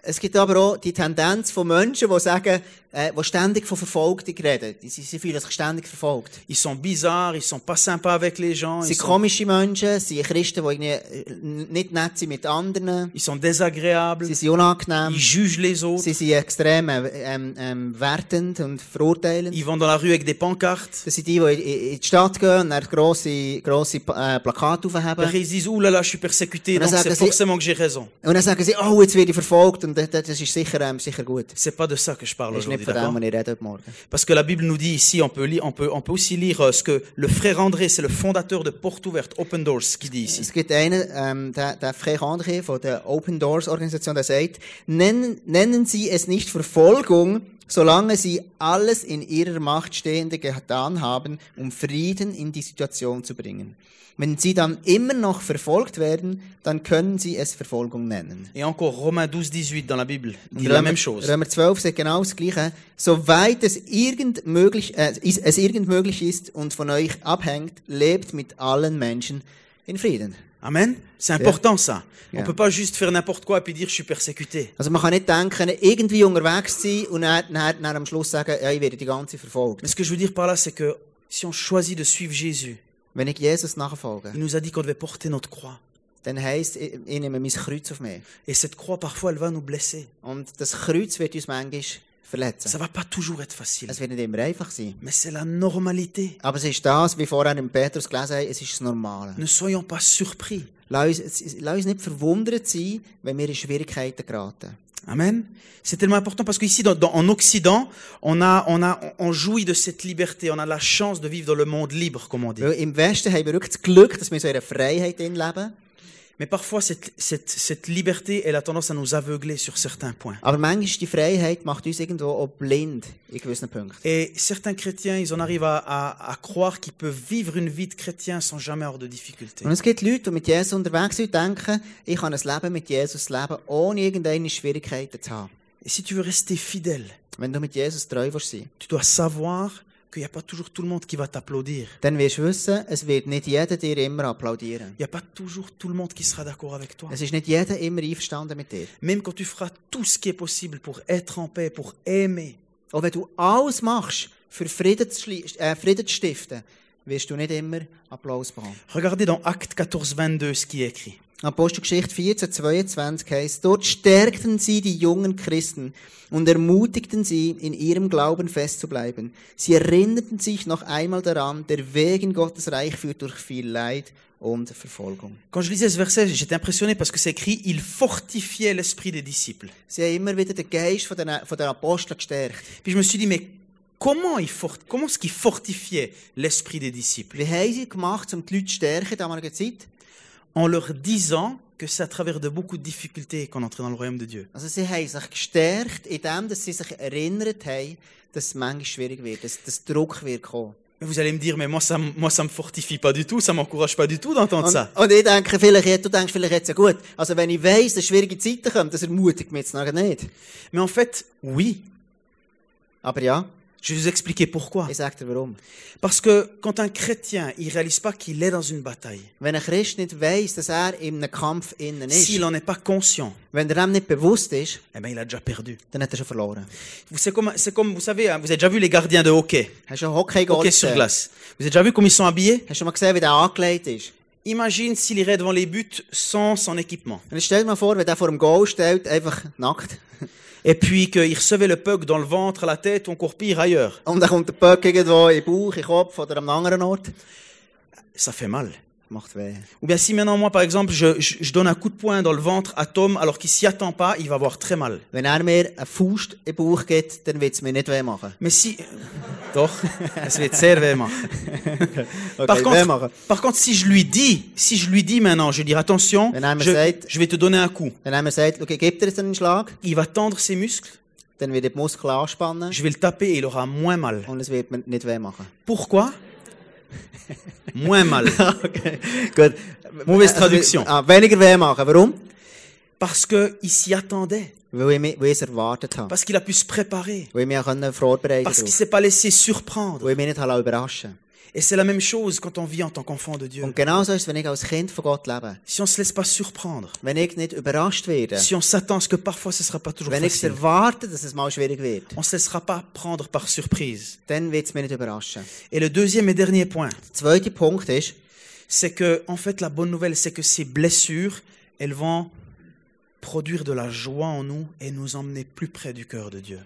S1: Es gibt aber auch die Tendenz von Menschen, die sagen, äh, die ständig von Verfolgten reden. Die- Sie, sie fühlen sich ständig verfolgt.
S2: Ils sont bizarres, ils sont pas sympas avec les gens,
S1: Es
S2: ils
S1: sind
S2: sont,
S1: komische Menschen, es sind Christen, die irgendwie äh, nicht nett sind mit anderen,
S2: ils sont désagréables,
S1: sie sind unangenehm.
S2: ils jugent les autres,
S1: Sie sind extrem äh, ähm, ähm, wertend und verurteilend.
S2: ils vont dans la rue avec des pancartes.
S1: Das sind die, die in- in in die Stadt gehen und dann grosse, grosse äh, Plakate
S2: Après,
S1: aufheben.
S2: ils se disent, ouh là là, je suis persécuté,
S1: Mais
S2: donc
S1: ça,
S2: c'est
S1: c'est-
S2: forcément que j'ai raison.
S1: Und dann sagen sie, oh, jetzt werde ich verfolgt und das, das ist sicher, ähm, sicher gut.
S2: C'est pas de ça que je parle
S1: Das ist nicht
S2: aujourd'hui,
S1: von
S2: d'accord
S1: dem, was ich rede heute Morgen.
S2: Parce que la Bible nous dit ici, on peut, lire, on peut, on peut aussi lire euh, ce que le frère André, c'est le fondateur de Porte Ouverte, Open Doors, qui dit ici.
S1: Es gibt einen, ähm, der, der Frech André von der Open Doors Organisation, der sagt, nennen, nennen Sie es nicht Verfolgung, solange Sie alles in Ihrer Macht Stehende getan haben, um Frieden in die Situation zu bringen. Wenn Sie dann immer noch verfolgt werden, dann können Sie es Verfolgung nennen.
S2: Et encore Romains 12, 18 dans la Bible dit la
S1: Römer,
S2: même chose.
S1: Römer 12 sagt genau das Gleiche. Soweit es irgend möglich, äh, is- es irgend möglich ist und von euch abhängt, lebt mit allen Menschen in Frieden.
S2: Amen. C'est important ça. On
S1: Yeah.
S2: peut pas juste faire n'importe quoi et puis dire je suis persécuté.
S1: Also man kann nicht denken, irgendwie unterwegs zu sein und dann, dann, dann am Schluss sagen, ja, ich werde die ganze verfolgt.
S2: Mais ce que je veux dire par là, c'est que si on choisit de suivre Jésus,
S1: Wenn ich Jesus nachfolge,
S2: il nous a dit qu'on devait porter notre croix.
S1: dann heisst, ich, ich nehme mein Kreuz auf mich.
S2: Et cette croix, parfois, elle va nous blesser.
S1: Und das Kreuz wird uns manchmal verletzen.
S2: Ça va pas toujours être facile.
S1: Es wird nicht immer einfach sein.
S2: Mais c'est la normalité.
S1: Aber es ist das, wie vorher im Petrus gelesen haben, es ist das Normale.
S2: Ne soyons pas surpris.
S1: Lass uns, lass uns nicht verwundert sein, wenn wir in Schwierigkeiten geraten.
S2: Amen. C'est tellement important parce qu'ici, dans, dans- en Occident, on a, on a, on jouit de cette liberté. On a la chance
S1: Euh.
S2: de vivre dans le monde libre, comme on dit.
S1: Weil im Westen haben wir wirklich das Glück, dass wir so in einer Freiheit drin leben.
S2: Mais parfois, cette, cette, cette liberté, elle a tendance à nous aveugler sur certains points.
S1: Aber manchmal die Freiheit macht uns irgendwo auch blind in gewissen Punkten.
S2: Et certains chrétiens, ils en arrivent à, à- à croire qu'ils peuvent vivre une vie de chrétien sans jamais avoir de difficultés.
S1: Und es gibt Leute, die mit Jesus unterwegs sind und denken, ich kann ein Leben mit Jesus leben, ohne irgendeine Schwierigkeiten zu haben.
S2: Et si tu veux rester fidèle,
S1: Wenn du mit Jesus treu willst sein
S2: tu dois savoir qu'il n'y a pas toujours tout le monde qui va t'applaudir.
S1: dann wirst du wissen, es wird nicht jeder dir immer applaudieren.
S2: Il n'y a pas toujours tout le monde qui sera d'accord avec toi.
S1: Es ist nicht jeder immer einverstanden mit dir.
S2: Même quand tu feras tout ce qui est possible pour être en paix, pour aimer,
S1: Auch wenn du alles machst, für Frieden zu, schli- äh, Frieden zu stiften, wirst du nicht immer Applaus bekommen.
S2: Regardez dans Acte 14, 22 ce qui est écrit.
S1: Apostelgeschichte 14, 22 heißt, dort stärkten sie die jungen Christen und ermutigten sie, in ihrem Glauben festzubleiben. Sie erinnerten sich noch einmal daran, der Weg in Gottes Reich führt durch viel Leid und Verfolgung.
S2: Quand je lisais ce verset, j'étais impressionné parce que c'est écrit « Il fortifiait l'esprit des disciples
S1: Sie haben immer wieder den Geist von den, von den Aposteln gestärkt. ».
S2: Puis je me suis dit « Mais comment, il fort- comment est-ce qu'il fortifiait l'esprit des disciples
S1: Wie haben sie gemacht, um die Leute zu stärken in damaliger Zeit? ?»
S2: En leur disant que c'est à travers de beaucoup de difficultés qu'on entrait dans le royaume de Dieu.
S1: Also sie haben sich gestärkt in dem, dass sie sich erinnert haben, dass es manchmal schwierig wird, dass, dass Druck wird kommen.
S2: Mais vous allez me dire « Mais moi, ça, m- moi, ça me fortifie pas du tout, ça m'encourage pas du tout d'entendre
S1: Und,
S2: ça ».
S1: und ich denke, vielleicht, du denkst vielleicht jetzt ja gut. Also wenn ich weiss, dass schwierige Zeiten kommen, das ermutigt mich jetzt nachher nicht.
S2: Mais en fait, oui.
S1: Aber ja,
S2: Je vais vous expliquer pourquoi.
S1: ich sag dir warum.
S2: Parce que quand un chrétien, il réalise pas qu'il est dans une bataille,
S1: Wenn ein Christ nicht weiss, dass er in einem Kampf innen ist,
S2: s'il en est pas conscient,
S1: wenn er ihm nicht bewusst ist,
S2: eh ben, il a déjà perdu.
S1: dann hat er schon verloren.
S2: Vous- C'est comme, c'est comme, vous savez, hein, vous avez déjà vu les gardiens de hockey,
S1: Hast du schon Hockey
S2: hockey
S1: geholt?
S2: sur glace. Vous avez déjà vu comment ils sont habillés
S1: Hast du schon mal gesehen, wie der angelegt ist?
S2: Imagine s'il irait devant les buts sans son équipement.
S1: Und jetzt stell dir mal vor, wenn der vor dem Goal steht, einfach nackt.
S2: Et puis qu'il recevait le puck dans le ventre, à la tête, ou encore pire ailleurs.
S1: Und dann kommt der Böck irgendwo in den Bauch, in den Kopf oder an einem anderen Ort.
S2: Ça fait mal.
S1: Macht weh.
S2: Ou bien si maintenant, moi, par exemple, je, je, je donne un coup de poing dans le ventre à Tom alors qu'il s'y attend pas, il va avoir très mal.
S1: Wenn er mir einen Faust in den Bauch gibt, dann wird es mir nicht weh machen.
S2: Mais si... *laughs* Doch, es wird sehr weh machen.
S1: Okay,
S2: Par
S1: weh
S2: contre,
S1: machen.
S2: par contre, si je lui dis, si je lui dis maintenant, je lui dis attention,
S1: Wenn er mir
S2: je,
S1: sagt-
S2: je vais te donner un coup.
S1: Wenn er mir sagt, schau, ich gebe dir jetzt einen Schlag,
S2: Il va tendre ses muscles,
S1: dann wird er die Muskeln anspannen
S2: je vais le taper et il aura moins mal.
S1: und es wird mir nicht weh machen.
S2: Pourquoi Moins mal.
S1: *laughs* okay, gut.
S2: Mauvaise
S1: Also,
S2: Traduction.
S1: Ah, weniger weh machen. Warum?
S2: Parce que il s'y attendait,
S1: Weil ich, mich, weil ich es erwartet habe.
S2: parce qu'il a pu se préparer,
S1: Weil ich mich auch können vorbereiten
S2: parce
S1: konnte.
S2: qu'il
S1: darauf.
S2: s'est pas laissé surprendre.
S1: Weil ich mich nicht habe überraschen
S2: Et c'est la même chose quand on vit en tant qu'enfant de Dieu.
S1: Und genau so ist es, wenn ich als Kind von Gott lebe.
S2: Si on se laisse pas surprendre,
S1: Wenn ich nicht überrascht werde,
S2: si on s'attend à ce que parfois ce sera pas toujours
S1: wenn ich es
S2: facile,
S1: erwarte, dass es mal schwierig wird,
S2: on se laissera pas prendre par surprise.
S1: dann wird es mich nicht überraschen.
S2: Et le deuxième et dernier point,
S1: Der zweite Punkt ist,
S2: c'est que, en fait, la bonne nouvelle, c'est que ces blessures, elles vont produire de la joie en nous et nous emmener plus près du cœur de Dieu.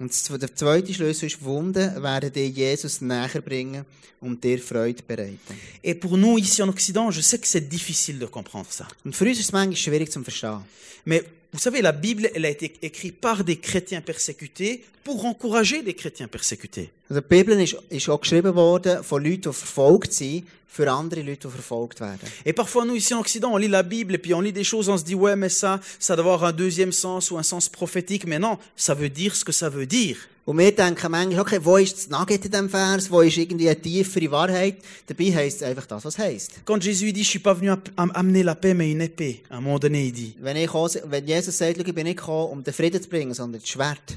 S1: Und das- der zweite Schlüssel ist, Wunden werden dir Jesus näher bringen und dir Freude bereiten.
S2: Et pour nous, ici en Occident, je sais que c'est difficile de comprendre ça.
S1: Und für uns ist es manchmal schwierig zu verstehen.
S2: Mais vous savez, la Bible, elle a été écrite par des chrétiens persécutés pour encourager des chrétiens persécutés.
S1: Also die Bibel ist, ist auch geschrieben worden von Leuten, die verfolgt sind, für andere Leute, die verfolgt werden.
S2: Et parfois, nous, ici en Occident, on lit la Bible et puis on lit des choses, on se dit, ouais, mais ça, ça doit avoir un deuxième sens ou un sens prophétique. Mais non, ça veut dire ce que ça veut dire.
S1: Und wir denken manchmal, okay, wo ist das Nugget in diesem Vers? Wo ist irgendwie eine tiefere Wahrheit? Dabei heisst es einfach das, was es heisst.
S2: Quand Jésus dit, je suis pas venu am- am- amener la paix, mais une épée, à un moment donné, il dit,
S1: Wenn, ich, komme- wenn Jesus sagt, schau, ich bin nicht gekommen, um den Frieden zu bringen, sondern das Schwert.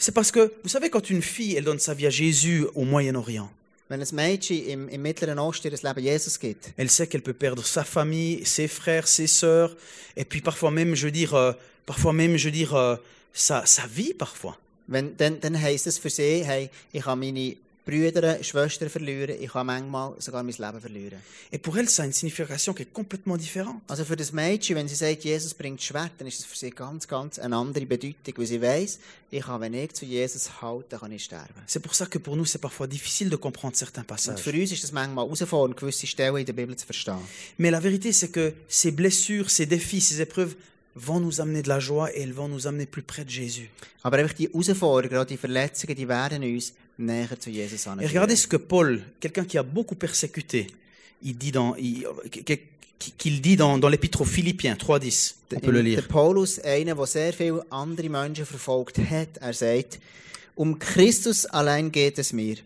S2: C'est parce que, vous savez, quand une fille, elle donne sa vie à Jésus au Moyen-Orient,
S1: Wenn ein Mädchen im, im Mittleren Osten ihr Leben Jesus gibt,
S2: elle sait qu'elle peut perdre sa famille, ses frères, ses sœurs, et puis parfois même, je veux dire, euh, parfois même, je veux dire, euh, sa, sa vie, parfois.
S1: Wenn, dann, dann heisst es für sie, hey, ich kann meine Brüder, Schwestern verlieren, ich kann manchmal sogar mein Leben verlieren.
S2: Et pour elle, ça a une signification qui est complètement différente.
S1: Also für das Mädchen, wenn sie sagt, Jesus bringt das Schwert, dann ist es für sie ganz, ganz eine andere Bedeutung, weil sie weiss, ich kann, wenn ich zu Jesus halte, kann ich sterben.
S2: C'est pour ça que pour nous, c'est parfois difficile de comprendre certains
S1: Und für
S2: passages.
S1: uns ist das manchmal herausfordernd, gewisse Stellen in der Bibel zu verstehen.
S2: Mais la vérité, c'est que ces blessures, ces défis, ces épreuves vont nous amener de la joie et elles vont nous amener plus près de Jésus.
S1: Aber einfach die Herausforderungen, auch die Verletzungen, die werden uns näher zu Jesus
S2: Et regardez
S1: anführen.
S2: ce que Paul, quelqu'un qui a beaucoup persécuté, il dit dans, il- qu'il dit dans, dans l'épître aux Philippiens 3.10. On peut
S1: Der
S2: le lire.
S1: Paulus, einer, der sehr viele andere Menschen verfolgt hat, er sagt, um Christus allein geht es mir.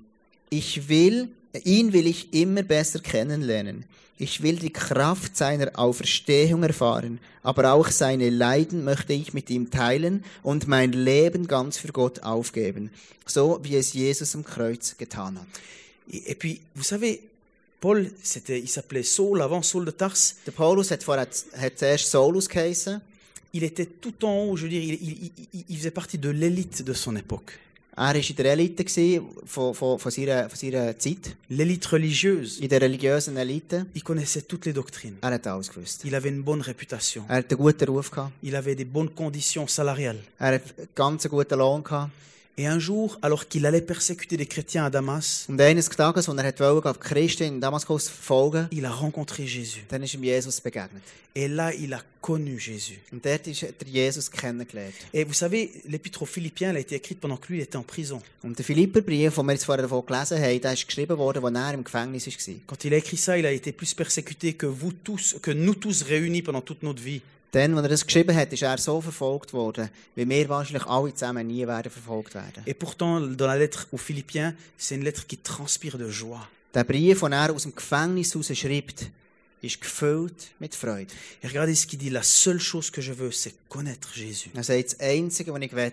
S1: Ich will, ihn will ich immer besser kennenlernen. Ich will die Kraft seiner Auferstehung erfahren, aber auch seine Leiden möchte ich mit ihm teilen und mein Leben ganz für Gott aufgeben, so wie es Jesus am Kreuz getan hat.
S2: Et, et puis, vous savez, Paul, c'était, il s'appelait Saul avant Saul de Tarse.
S1: Der Paulus hat, vorher, hat zuerst Saulus geheißen.
S2: Il était tout en haut, je veux dire, il, il- il- il- il faisait partie de l'élite de son époque.
S1: Er war in der Elite gewesen von, von, von, seiner, von seiner Zeit.
S2: L'élite religieuse.
S1: in der religiösen Elite.
S2: Il connaissait toutes les doctrines.
S1: Er hat alles gewusst.
S2: Il avait une bonne réputation.
S1: Er hat einen guten Ruf gehabt.
S2: Il avait des bonnes conditions salariales.
S1: Er hat einen ganz guten Lohn gehabt.
S2: Et un jour, alors qu'il allait persécuter des chrétiens à Damas,
S1: Und eines Tages, als er hat wollte, die Christen in Damaskus verfolgen,
S2: il a rencontré Jésus.
S1: dann ist ihm Jesus begegnet.
S2: Et là, il a connu Jésus.
S1: Und dort ist er Jesus kennengelernt.
S2: Et vous savez, l'épître aux Philippiens, elle a été écrite pendant que lui il était en prison.
S1: Und der Philipperbrief, den wir jetzt vorher davon gelesen haben, der ist geschrieben worden, als er im Gefängnis war.
S2: Quand il a écrit ça, il a été plus persécuté que vous tous, que nous tous réunis pendant toute notre vie.
S1: Dann, als er das geschrieben hat, ist er so verfolgt worden, wie wir wahrscheinlich alle zusammen nie werden verfolgt werden.
S2: Et pourtant, dans la lettre aux Philippiens, c'est une lettre qui transpire de joie.
S1: Der Brief, den er aus dem Gefängnis heraus schreibt, ist gefüllt mit Freude.
S2: Et regardez ce qu'il dit, la seule chose que je veux, c'est connaître Jésus.
S1: Er sagt, das Einzige, was ich will,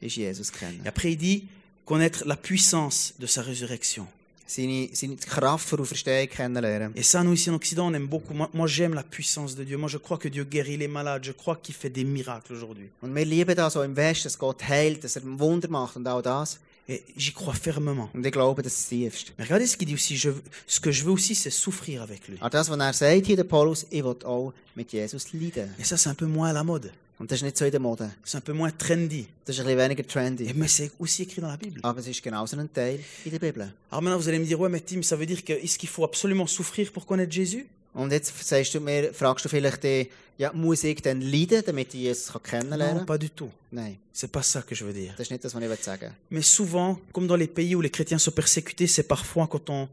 S1: ist Jesus kennen.
S2: Et après, il dit connaître la puissance de sa résurrection.
S1: seine, seine Kraft für Auferstehung kennenlernen.
S2: Et ça, nous, ici en Occident, on aime beaucoup. Moi, moi, j'aime la puissance de Dieu. Moi, je crois que Dieu guérit les malades. Je crois qu'il fait des miracles aujourd'hui.
S1: Und wir lieben das auch im Westen, dass Gott heilt, dass er ein Wunder macht und all das.
S2: Et j'y crois fermement.
S1: Und ich glaube, das ist das tiefste.
S2: Mais regardez ce qu'il dit aussi. Je, ce que je veux aussi, c'est souffrir avec lui.
S1: Aber das, was er sagt hier, der Paulus, ich will auch mit Jesus leiden.
S2: Et ça, c'est un peu moins à la mode.
S1: Und das ist nicht so in der Mode.
S2: C'est un peu moins trendy.
S1: Das ist ein bisschen weniger
S2: Et-
S1: trendy.
S2: mais c'est aussi écrit dans la Bible.
S1: Aber es ist genauso ein Teil in der Bibel.
S2: Alors maintenant, vous allez me dire, ouais, mais Tim, ça veut dire que est-ce qu'il faut absolument souffrir pour connaître Jésus
S1: Und jetzt sagst du mir, fragst du vielleicht, äh, ja, muss ich denn leiden, damit ich Jesus kann kennenlernen
S2: Non,
S1: kann?
S2: pas du tout.
S1: Nein,
S2: C'est pas ça que je veux dire.
S1: das ist nicht das, was ich sagen will.
S2: Mais souvent, comme dans les pays où les chrétiens sont persécutés, c'est parfois quand on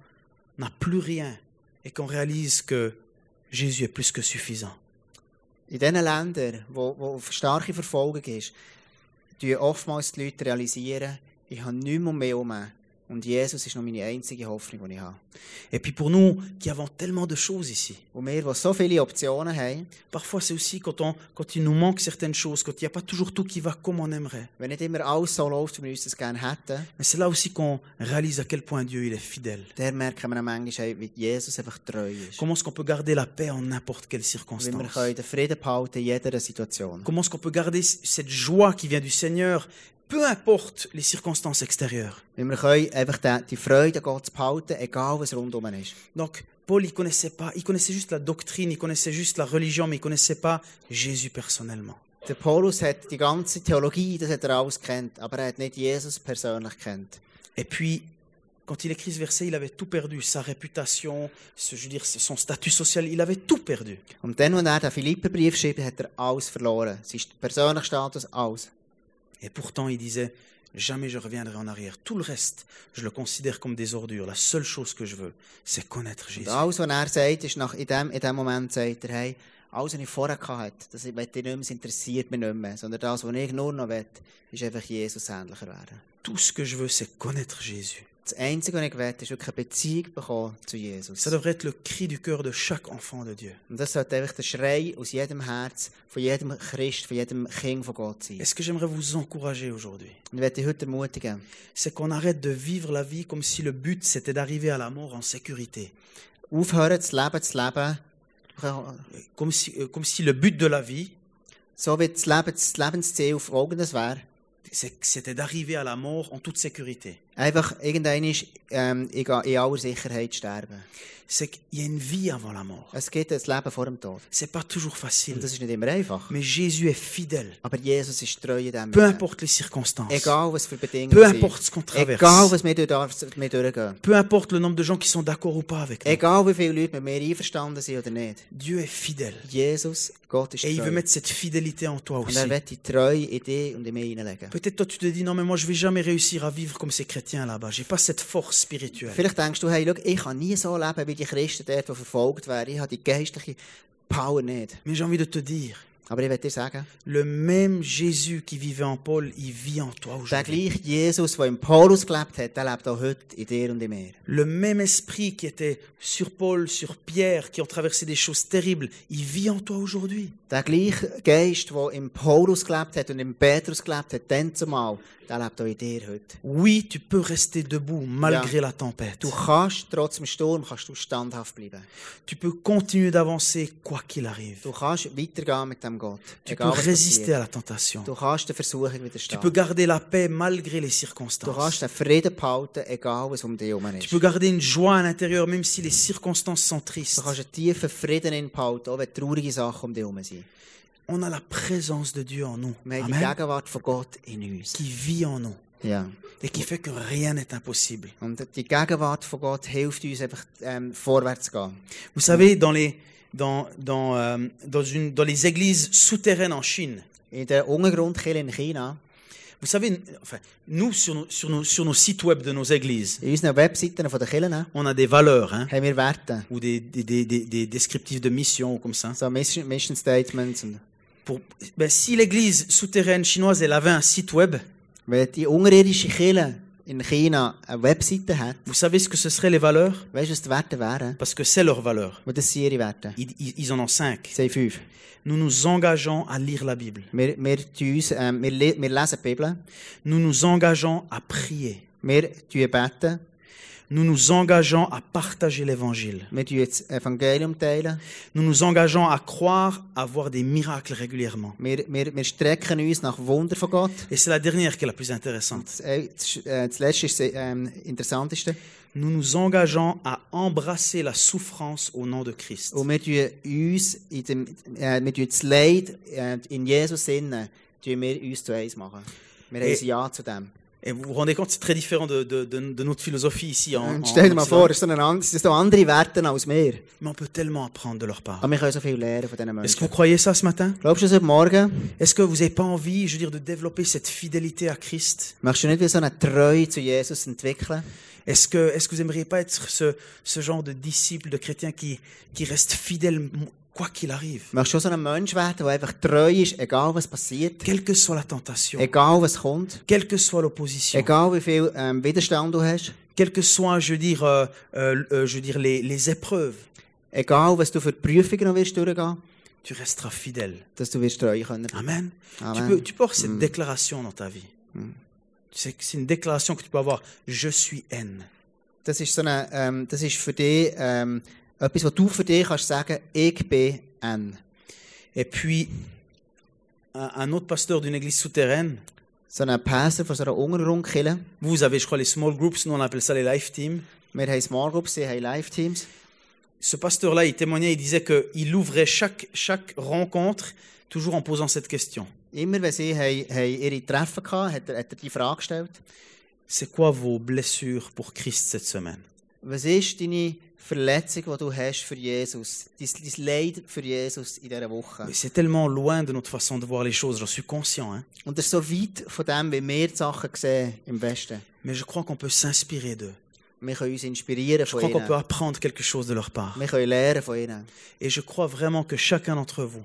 S2: n'a plus rien et qu'on réalise que Jésus est plus que suffisant.
S1: In diesen Ländern, wo, wo auf starke Verfolgung ist, tun oftmals die Leute realisieren, ich habe nichts mehr um. Und Jesus ist noch meine einzige Hoffnung, die ich habe.
S2: Et puis pour nous, qui avons tellement de choses ici,
S1: Und wir, die so viele Optionen haben,
S2: parfois c'est aussi quand, on, quand il nous manque certaines choses, quand il n'y a pas toujours tout qui va comme on aimerait.
S1: wenn nicht immer alles so läuft, wie wir uns das gerne hätten,
S2: Mais c'est là aussi qu'on réalise à quel point Dieu il est fidèle.
S1: dann merken wir dann manchmal, hey, wie Jesus einfach treu ist.
S2: Comment est-ce qu'on peut garder la paix en n'importe quelle
S1: Wie wir
S2: circonstance
S1: können den Frieden behalten in jeder Situation.
S2: Comment est-ce qu'on peut garder c- cette joie qui vient du Seigneur, peu importe les circonstances extérieures
S1: Wie wir können einfach den, die Freude Gottes behalten, egal was rundum ist.
S2: Donc, Paul, il connaissait pas, il connaissait juste la doctrine, il connaissait juste la religion, mais il connaissait pas Jésus personnellement.
S1: Der Paulus hat die ganze Theologie, das hat er alles kennt, aber er hat nicht Jesus persönlich kennt.
S2: Et puis, quand il écrit ce verset, il avait tout perdu, sa réputation, ce, je veux dire, son statut social, il avait tout perdu.
S1: Und dann, als er den Philipperbrief schrieb, hat er alles verloren. Sein persönlicher Status, alles.
S2: Et pourtant, il disait, jamais je reviendrai en arrière. Tout le reste, je le considère comme des ordures. La seule chose que je veux, c'est connaître Jésus.
S1: Und alles, was er sagt, ist nach, in, dem, in dem Moment, sagt er, hey, alles, was ich vorher hatte, das will ich nicht mehr, das interessiert mich nicht mehr, sondern das, was ich nur noch will, ist einfach Jesus ähnlicher werden.
S2: Tout ce que je veux, c'est connaître Jésus.
S1: Das Einzige, was ich will, ist wirklich eine Beziehung bekommen zu Jesus.
S2: Ça devrait être le cri du cœur de chaque enfant de Dieu.
S1: Und das sollte einfach der Schrei aus jedem Herz, von jedem Christ, von jedem Kind von Gott sein.
S2: Et ce que j'aimerais vous encourager aujourd'hui,
S1: Und ich werde dich heute ermutigen,
S2: c'est qu'on arrête de vivre la vie comme si le but c'était d'arriver à la mort en sécurité.
S1: aufhören zu leben, zu leben,
S2: Comme si, euh, comme si le but de la vie
S1: so wie das, leben, das Lebensziel folgendes wäre.
S2: c'est- c'était d'arriver à la mort en toute sécurité.
S1: Einfach irgendein ist, ähm, ich gehe in aller Sicherheit sterben.
S2: C'est qu'il y a une vie avant la mort.
S1: Es gibt ein Leben vor dem Tod.
S2: C'est pas toujours
S1: Und
S2: facile,
S1: das ist nicht immer einfach.
S2: mais Jésus est fidèle.
S1: Aber Jesus ist treu in dem.
S2: Peu
S1: Leben.
S2: importe les circonstances,
S1: Egal was für Bedingungen
S2: peu
S1: sind.
S2: importe ce qu'on traverse,
S1: Egal was wir durch, wir durchgehen.
S2: peu importe le nombre de gens qui sont d'accord ou pas avec nous,
S1: Egal wie viele Leute mit mir einverstanden sind oder nicht.
S2: Dieu est fidèle.
S1: Jesus, Gott ist
S2: Et il veut
S1: treu.
S2: mettre cette fidélité en toi
S1: Und
S2: aussi.
S1: er wird die Treue in dich und in mich hineinlegen.
S2: Peut-être toi tu te dis non mais moi je vais jamais réussir à vivre comme ces chrétien là-bas. J'ai pas cette force spirituelle.
S1: Vielleicht denkst du, hey, schau, ich kann nie so leben wie die Christen dort, die verfolgt werden. Ich habe die geistliche Power nicht.
S2: Mais j'ai envie de te dire,
S1: Aber ich will dir sagen,
S2: le même Jésus qui vivait en Paul, il vit en toi
S1: der
S2: aujourd'hui.
S1: gleiche Jesus, der im Paulus gelebt hat, der lebt auch heute in dir und in mir.
S2: Le même esprit qui était sur Paul, sur Pierre, qui ont traversé des choses terribles, il vit en toi aujourd'hui.
S1: Der gleiche Geist, der im Paulus gelebt hat und im Petrus gelebt hat, dann zumal, der lebt auch in dir heute.
S2: Oui, tu peux rester debout malgré la tempête.
S1: Du kannst trotz dem Sturm kannst du standhaft bleiben.
S2: Tu peux continuer d'avancer quoi qu'il arrive.
S1: Du kannst weitergehen mit dem Gott.
S2: Tu peux
S1: Egal, was
S2: résister
S1: passiert.
S2: à la tentation.
S1: Du kannst der Versuchung
S2: Tu peux
S1: widerstehen.
S2: garder la paix malgré les
S1: Du kannst
S2: circonstances.
S1: den Frieden behalten, egal was um dich herum
S2: Tu
S1: ist.
S2: peux garder une joie à l'intérieur même si les circonstances sont tristes.
S1: Du kannst einen tiefen Frieden in behalten, auch wenn traurige Sachen um dich herum sind.
S2: On a la présence de Dieu en nous.
S1: Wir haben die
S2: Amen.
S1: Gegenwart von Gott in uns.
S2: Qui vit en nous
S1: Ja.
S2: et qui fait que rien n'est impossible.
S1: Und die Gegenwart von Gott hilft uns einfach ähm, vorwärts zu gehen.
S2: Vous savez, dans les, dans, dans, euh, dans, une, dans les églises souterraines en Chine,
S1: In der Untergrundkirche in China,
S2: vous savez, enfin, nous, sur nos, sur, nos, sur nos sites web de nos églises,
S1: in unseren Webseiten von der Kirchen, haben
S2: on a des valeurs, hein,
S1: wir Werte.
S2: ou des, des, des, des, des descriptifs de mission, comme ça.
S1: So Mission, Mission Statements. Und
S2: Pour, ben, si l'église souterraine chinoise, elle avait un site web,
S1: wenn die unterirdische Kirche in China eine Webseite hat,
S2: vous savez ce que ce seraient les valeurs
S1: weißt du, was die Werte wären?
S2: Parce que c'est leurs valeurs.
S1: Und das sind ihre Werte.
S2: Ils, ils- ils en ont cinq.
S1: Sie haben fünf.
S2: Nous nous engageons à lire la Bible.
S1: Wir, wir, tun uns, ähm, wir, le- wir lesen die Bibel,
S2: Nous nous engageons à prier.
S1: wir tun beten,
S2: Nous nous engageons à partager l'évangile.
S1: wir tun das Evangelium teilen,
S2: Nous nous engageons à croire, à voir des miracles régulièrement.
S1: wir, wir, wir strecken uns nach Wunder von Gott.
S2: Et c'est la dernière qui est la plus intéressante.
S1: Das, äh, das, äh, das letzte ist das ähm, Interessanteste.
S2: Nous nous engageons à embrasser la souffrance au nom de Christ.
S1: Und wir tun uns in dem, äh, wir tun das Leid äh, in Jesus Sinne, tun wir uns zu eins machen. Wir haben
S2: Eh.
S1: ein Ja zu dem.
S2: Et vous vous rendez compte, c'est très différent de, de- de- de notre philosophie ici. En, en-
S1: Und stell dir mal
S2: en-
S1: vor, es sind so andere Werte als wir.
S2: Mais on peut tellement apprendre de leur part.
S1: Aber Ah, wir können so viel lernen von diesen
S2: Est-ce que
S1: Menschen.
S2: vous croyez ça ce matin
S1: Glaubst du das heute Morgen?
S2: Est-ce que vous n'avez pas envie, je veux dire, de développer cette fidélité à Christ
S1: Möchtest du nicht wie so eine Treue zu Jesus entwickeln?
S2: Est-ce que, est-ce que vous aimeriez pas être ce, ce genre de disciple, de chrétien qui, qui reste fidèle m- quoi qu'il arrive
S1: Möchtest du so ein Mensch werden, der einfach treu ist, egal was passiert,
S2: Quelle que soit la tentation,
S1: egal was kommt,
S2: quelle que soit l'opposition,
S1: egal wie viel ähm, Widerstand du hast,
S2: quelles que soient, je veux dire, euh, euh, euh, je veux dire les, les épreuves,
S1: egal was du für Prüfungen noch wirst durchgehen,
S2: tu resteras fidèle.
S1: dass du wirst treu können.
S2: Amen. Tu
S1: Amen.
S2: peux, tu peux avoir cette déclaration dans ta vie. Tu sais que c'est une déclaration que tu peux avoir. Je suis haine.
S1: Das ist so eine, ähm, das ist für dich ähm, etwas, was du für dich kannst sagen, ich bin N.
S2: Et puis, un, un autre pasteur d'une église souterraine,
S1: So ein Pastor von so einer Untergrundkille.
S2: vous avez, je crois, les small groups, nous on appelle ça les life teams.
S1: Wir haben Small Groups, sie haben Live-Teams.
S2: Ce pasteur-là, il témoignait, il disait qu'il ouvrait chaque, chaque rencontre toujours en posant cette question.
S1: Immer wenn sie haben, haben ihre Treffen hatten, hat er, hat er die Frage gestellt,
S2: C'est quoi vos blessures pour Christ cette semaine
S1: was ist deine Verletzung, die du hast für Jesus? Dein, dein Leid für Jesus in dieser Woche?
S2: Mais C'est tellement loin de notre façon de voir les choses, j'en suis conscient. hein.
S1: Und das ist so weit von dem, wie wir die Sachen sehen im Westen.
S2: Mais je crois qu'on peut s'inspirer d'eux.
S1: Wir können uns inspirieren
S2: Je
S1: von
S2: crois qu'on peut
S1: ihnen.
S2: apprendre quelque chose de leur part.
S1: Wir können lernen von ihnen.
S2: Et je crois vraiment que chacun d'entre vous,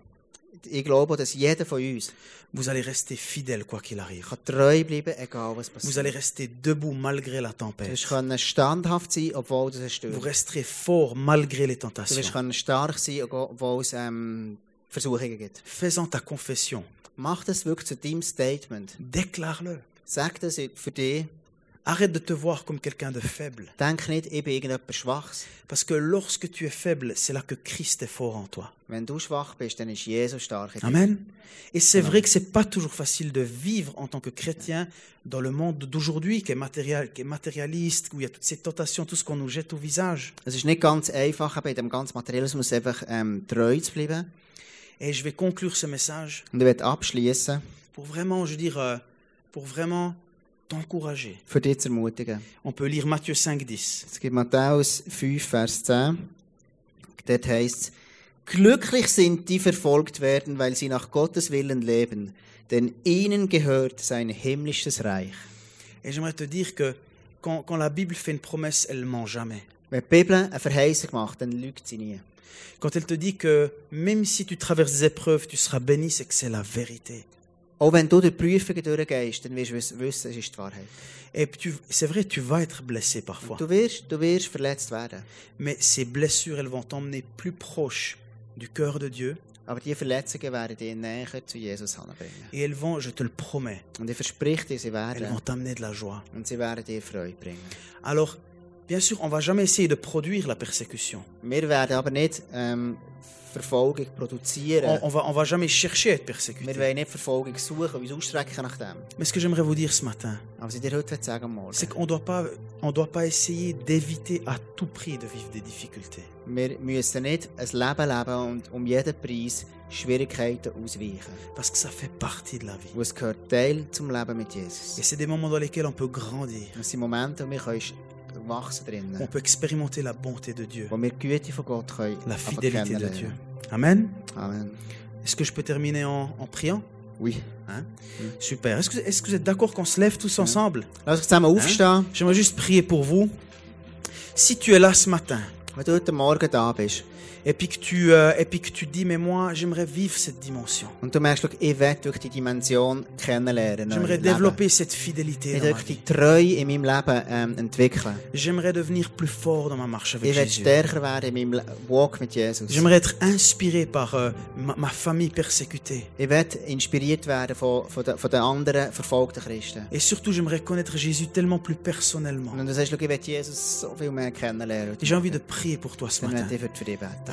S1: Ich glaube, dass jeder von uns
S2: vous allez rester fidèle quoi qu'il arrive.
S1: kann treu bleiben egal was
S2: Vous allez
S1: passiert.
S2: rester debout malgré la
S1: Du
S2: tempête.
S1: wirst können standhaft sein, obwohl das
S2: Vous
S1: stört.
S2: resterez fort malgré les
S1: Du wirst
S2: tentations.
S1: können stark sein, obwohl es ähm, Versuchungen gibt.
S2: Fais-en ta confession.
S1: Mach das wirklich zu deinem Statement.
S2: Déclare-le.
S1: Sag das für dich.
S2: Arrête de te voir comme quelqu'un de faible.
S1: Denk nicht, ich bin irgendjemand Schwaches.
S2: Parce que lorsque tu es faible, c'est là que Christ est fort en toi.
S1: Wenn du schwach bist, dann ist Jesus stark. in dir.
S2: Amen. Et c'est vrai que c'est pas toujours facile de vivre en tant que chrétien dans le monde d'aujourd'hui qui est matériel, qui est matérialiste, où il y a toutes ces tentations, tout ce qu'on nous jette au visage.
S1: Es ist nicht ganz einfach, bei dem ganzen Materialismus einfach ähm, treu zu bleiben.
S2: Et je vais conclure ce message
S1: Und ich werde abschließen,
S2: pour vraiment, je veux dire, euh, pour vraiment t'encourager.
S1: für dich zu ermutigen.
S2: On peut lire Matthieu 5, 10.
S1: Es gibt Matthäus 5, Vers 10. Dort heißt es, Glücklich sind die verfolgt werden, weil sie nach Gottes Willen leben, denn ihnen gehört sein himmlisches Reich.
S2: Et j'aimerais te dire que quand, quand la Bible fait une promesse, elle ne ment jamais.
S1: Wenn die Bibel eine Verheißung macht, dann lügt sie nie.
S2: Quand elle te dit que même si tu traverses des épreuves, tu seras béni, c'est que c'est la vérité.
S1: Auch wenn du durch die Prüfungen durchgehst, dann wirst du wiss- wissen, es ist die Wahrheit.
S2: Et puis tu- c'est vrai, tu vas être blessé parfois,
S1: Du wirst, du wirst verletzt werden.
S2: mais ces blessures, elles vont t'emmener plus proche du cœur de Dieu
S1: Aber diese Verletzungen werden dich näher zu Jesus bringen.
S2: et elles vont, je te le promets,
S1: Und ich verspreche dir, sie
S2: elles
S1: werden.
S2: vont t'amener de la joie.
S1: Und sie werden dir Freude bringen.
S2: Alors, bien sûr, on va jamais essayer de produire la persécution.
S1: Wir werden aber nicht ähm, Verfolgung
S2: On,
S1: produzieren.
S2: on va, on va jamais chercher à être
S1: Wir
S2: persécuté.
S1: wollen nicht Verfolgung suchen, uns ausstrecken nach dem.
S2: Mais ce que j'aimerais vous dire ce matin,
S1: Aber sie dir heute will sagen am Morgen,
S2: c'est qu'on doit pas, on doit pas essayer d'éviter à tout prix de vivre des difficultés.
S1: wir müssen nicht ein Leben leben und um jeden Preis Schwierigkeiten ausweichen.
S2: Parce que ça fait partie de la vie.
S1: Und es gehört Teil zum Leben mit
S2: Et
S1: Jesus.
S2: c'est des moments dans lesquels on peut grandir.
S1: Es sind Momente, wo wir können wachsen
S2: On
S1: drinnen,
S2: peut expérimenter la bonté de Dieu,
S1: wo wir die Güte von Gott können.
S2: la
S1: aber
S2: fidélité de
S1: kennenlernen.
S2: Dieu. Amen.
S1: Amen.
S2: Est-ce que je peux terminer en, en priant
S1: Oui.
S2: Super. Est-ce que, est-ce que vous êtes d'accord qu'on se lève tous ensemble
S1: Lass uns zusammen aufstehen.
S2: J'aimerais juste prier pour vous. Si tu es là ce matin
S1: Wenn du heute Morgen da bist
S2: et puis que tu, euh, et puis que tu dis, mais moi, j'aimerais vivre cette dimension.
S1: und du merkst, schau, ich will wirklich die Dimension kennenlernen. neu
S2: J'aimerais
S1: leben.
S2: développer cette
S1: Ich
S2: fidélité
S1: will
S2: dans ma
S1: wirklich
S2: vie.
S1: die Treue in meinem Leben ähm, entwickeln.
S2: J'aimerais devenir plus fort dans ma marche avec
S1: Ich will
S2: Jésus.
S1: stärker werden in meinem Le- Walk mit Jesus.
S2: J'aimerais être inspiré par euh, ma, ma famille persécutée.
S1: Ich will inspiriert werden von, von, den, von den anderen verfolgten Christen.
S2: Et surtout, j'aimerais connaître Jésus tellement plus personnellement.
S1: Und wenn du sagst, schau, ich will Jesus so viel mehr kennenlernen.
S2: Et J'ai envie de prier pour toi ce
S1: Dann
S2: matin.
S1: werde ich für dich beten.
S2: Ta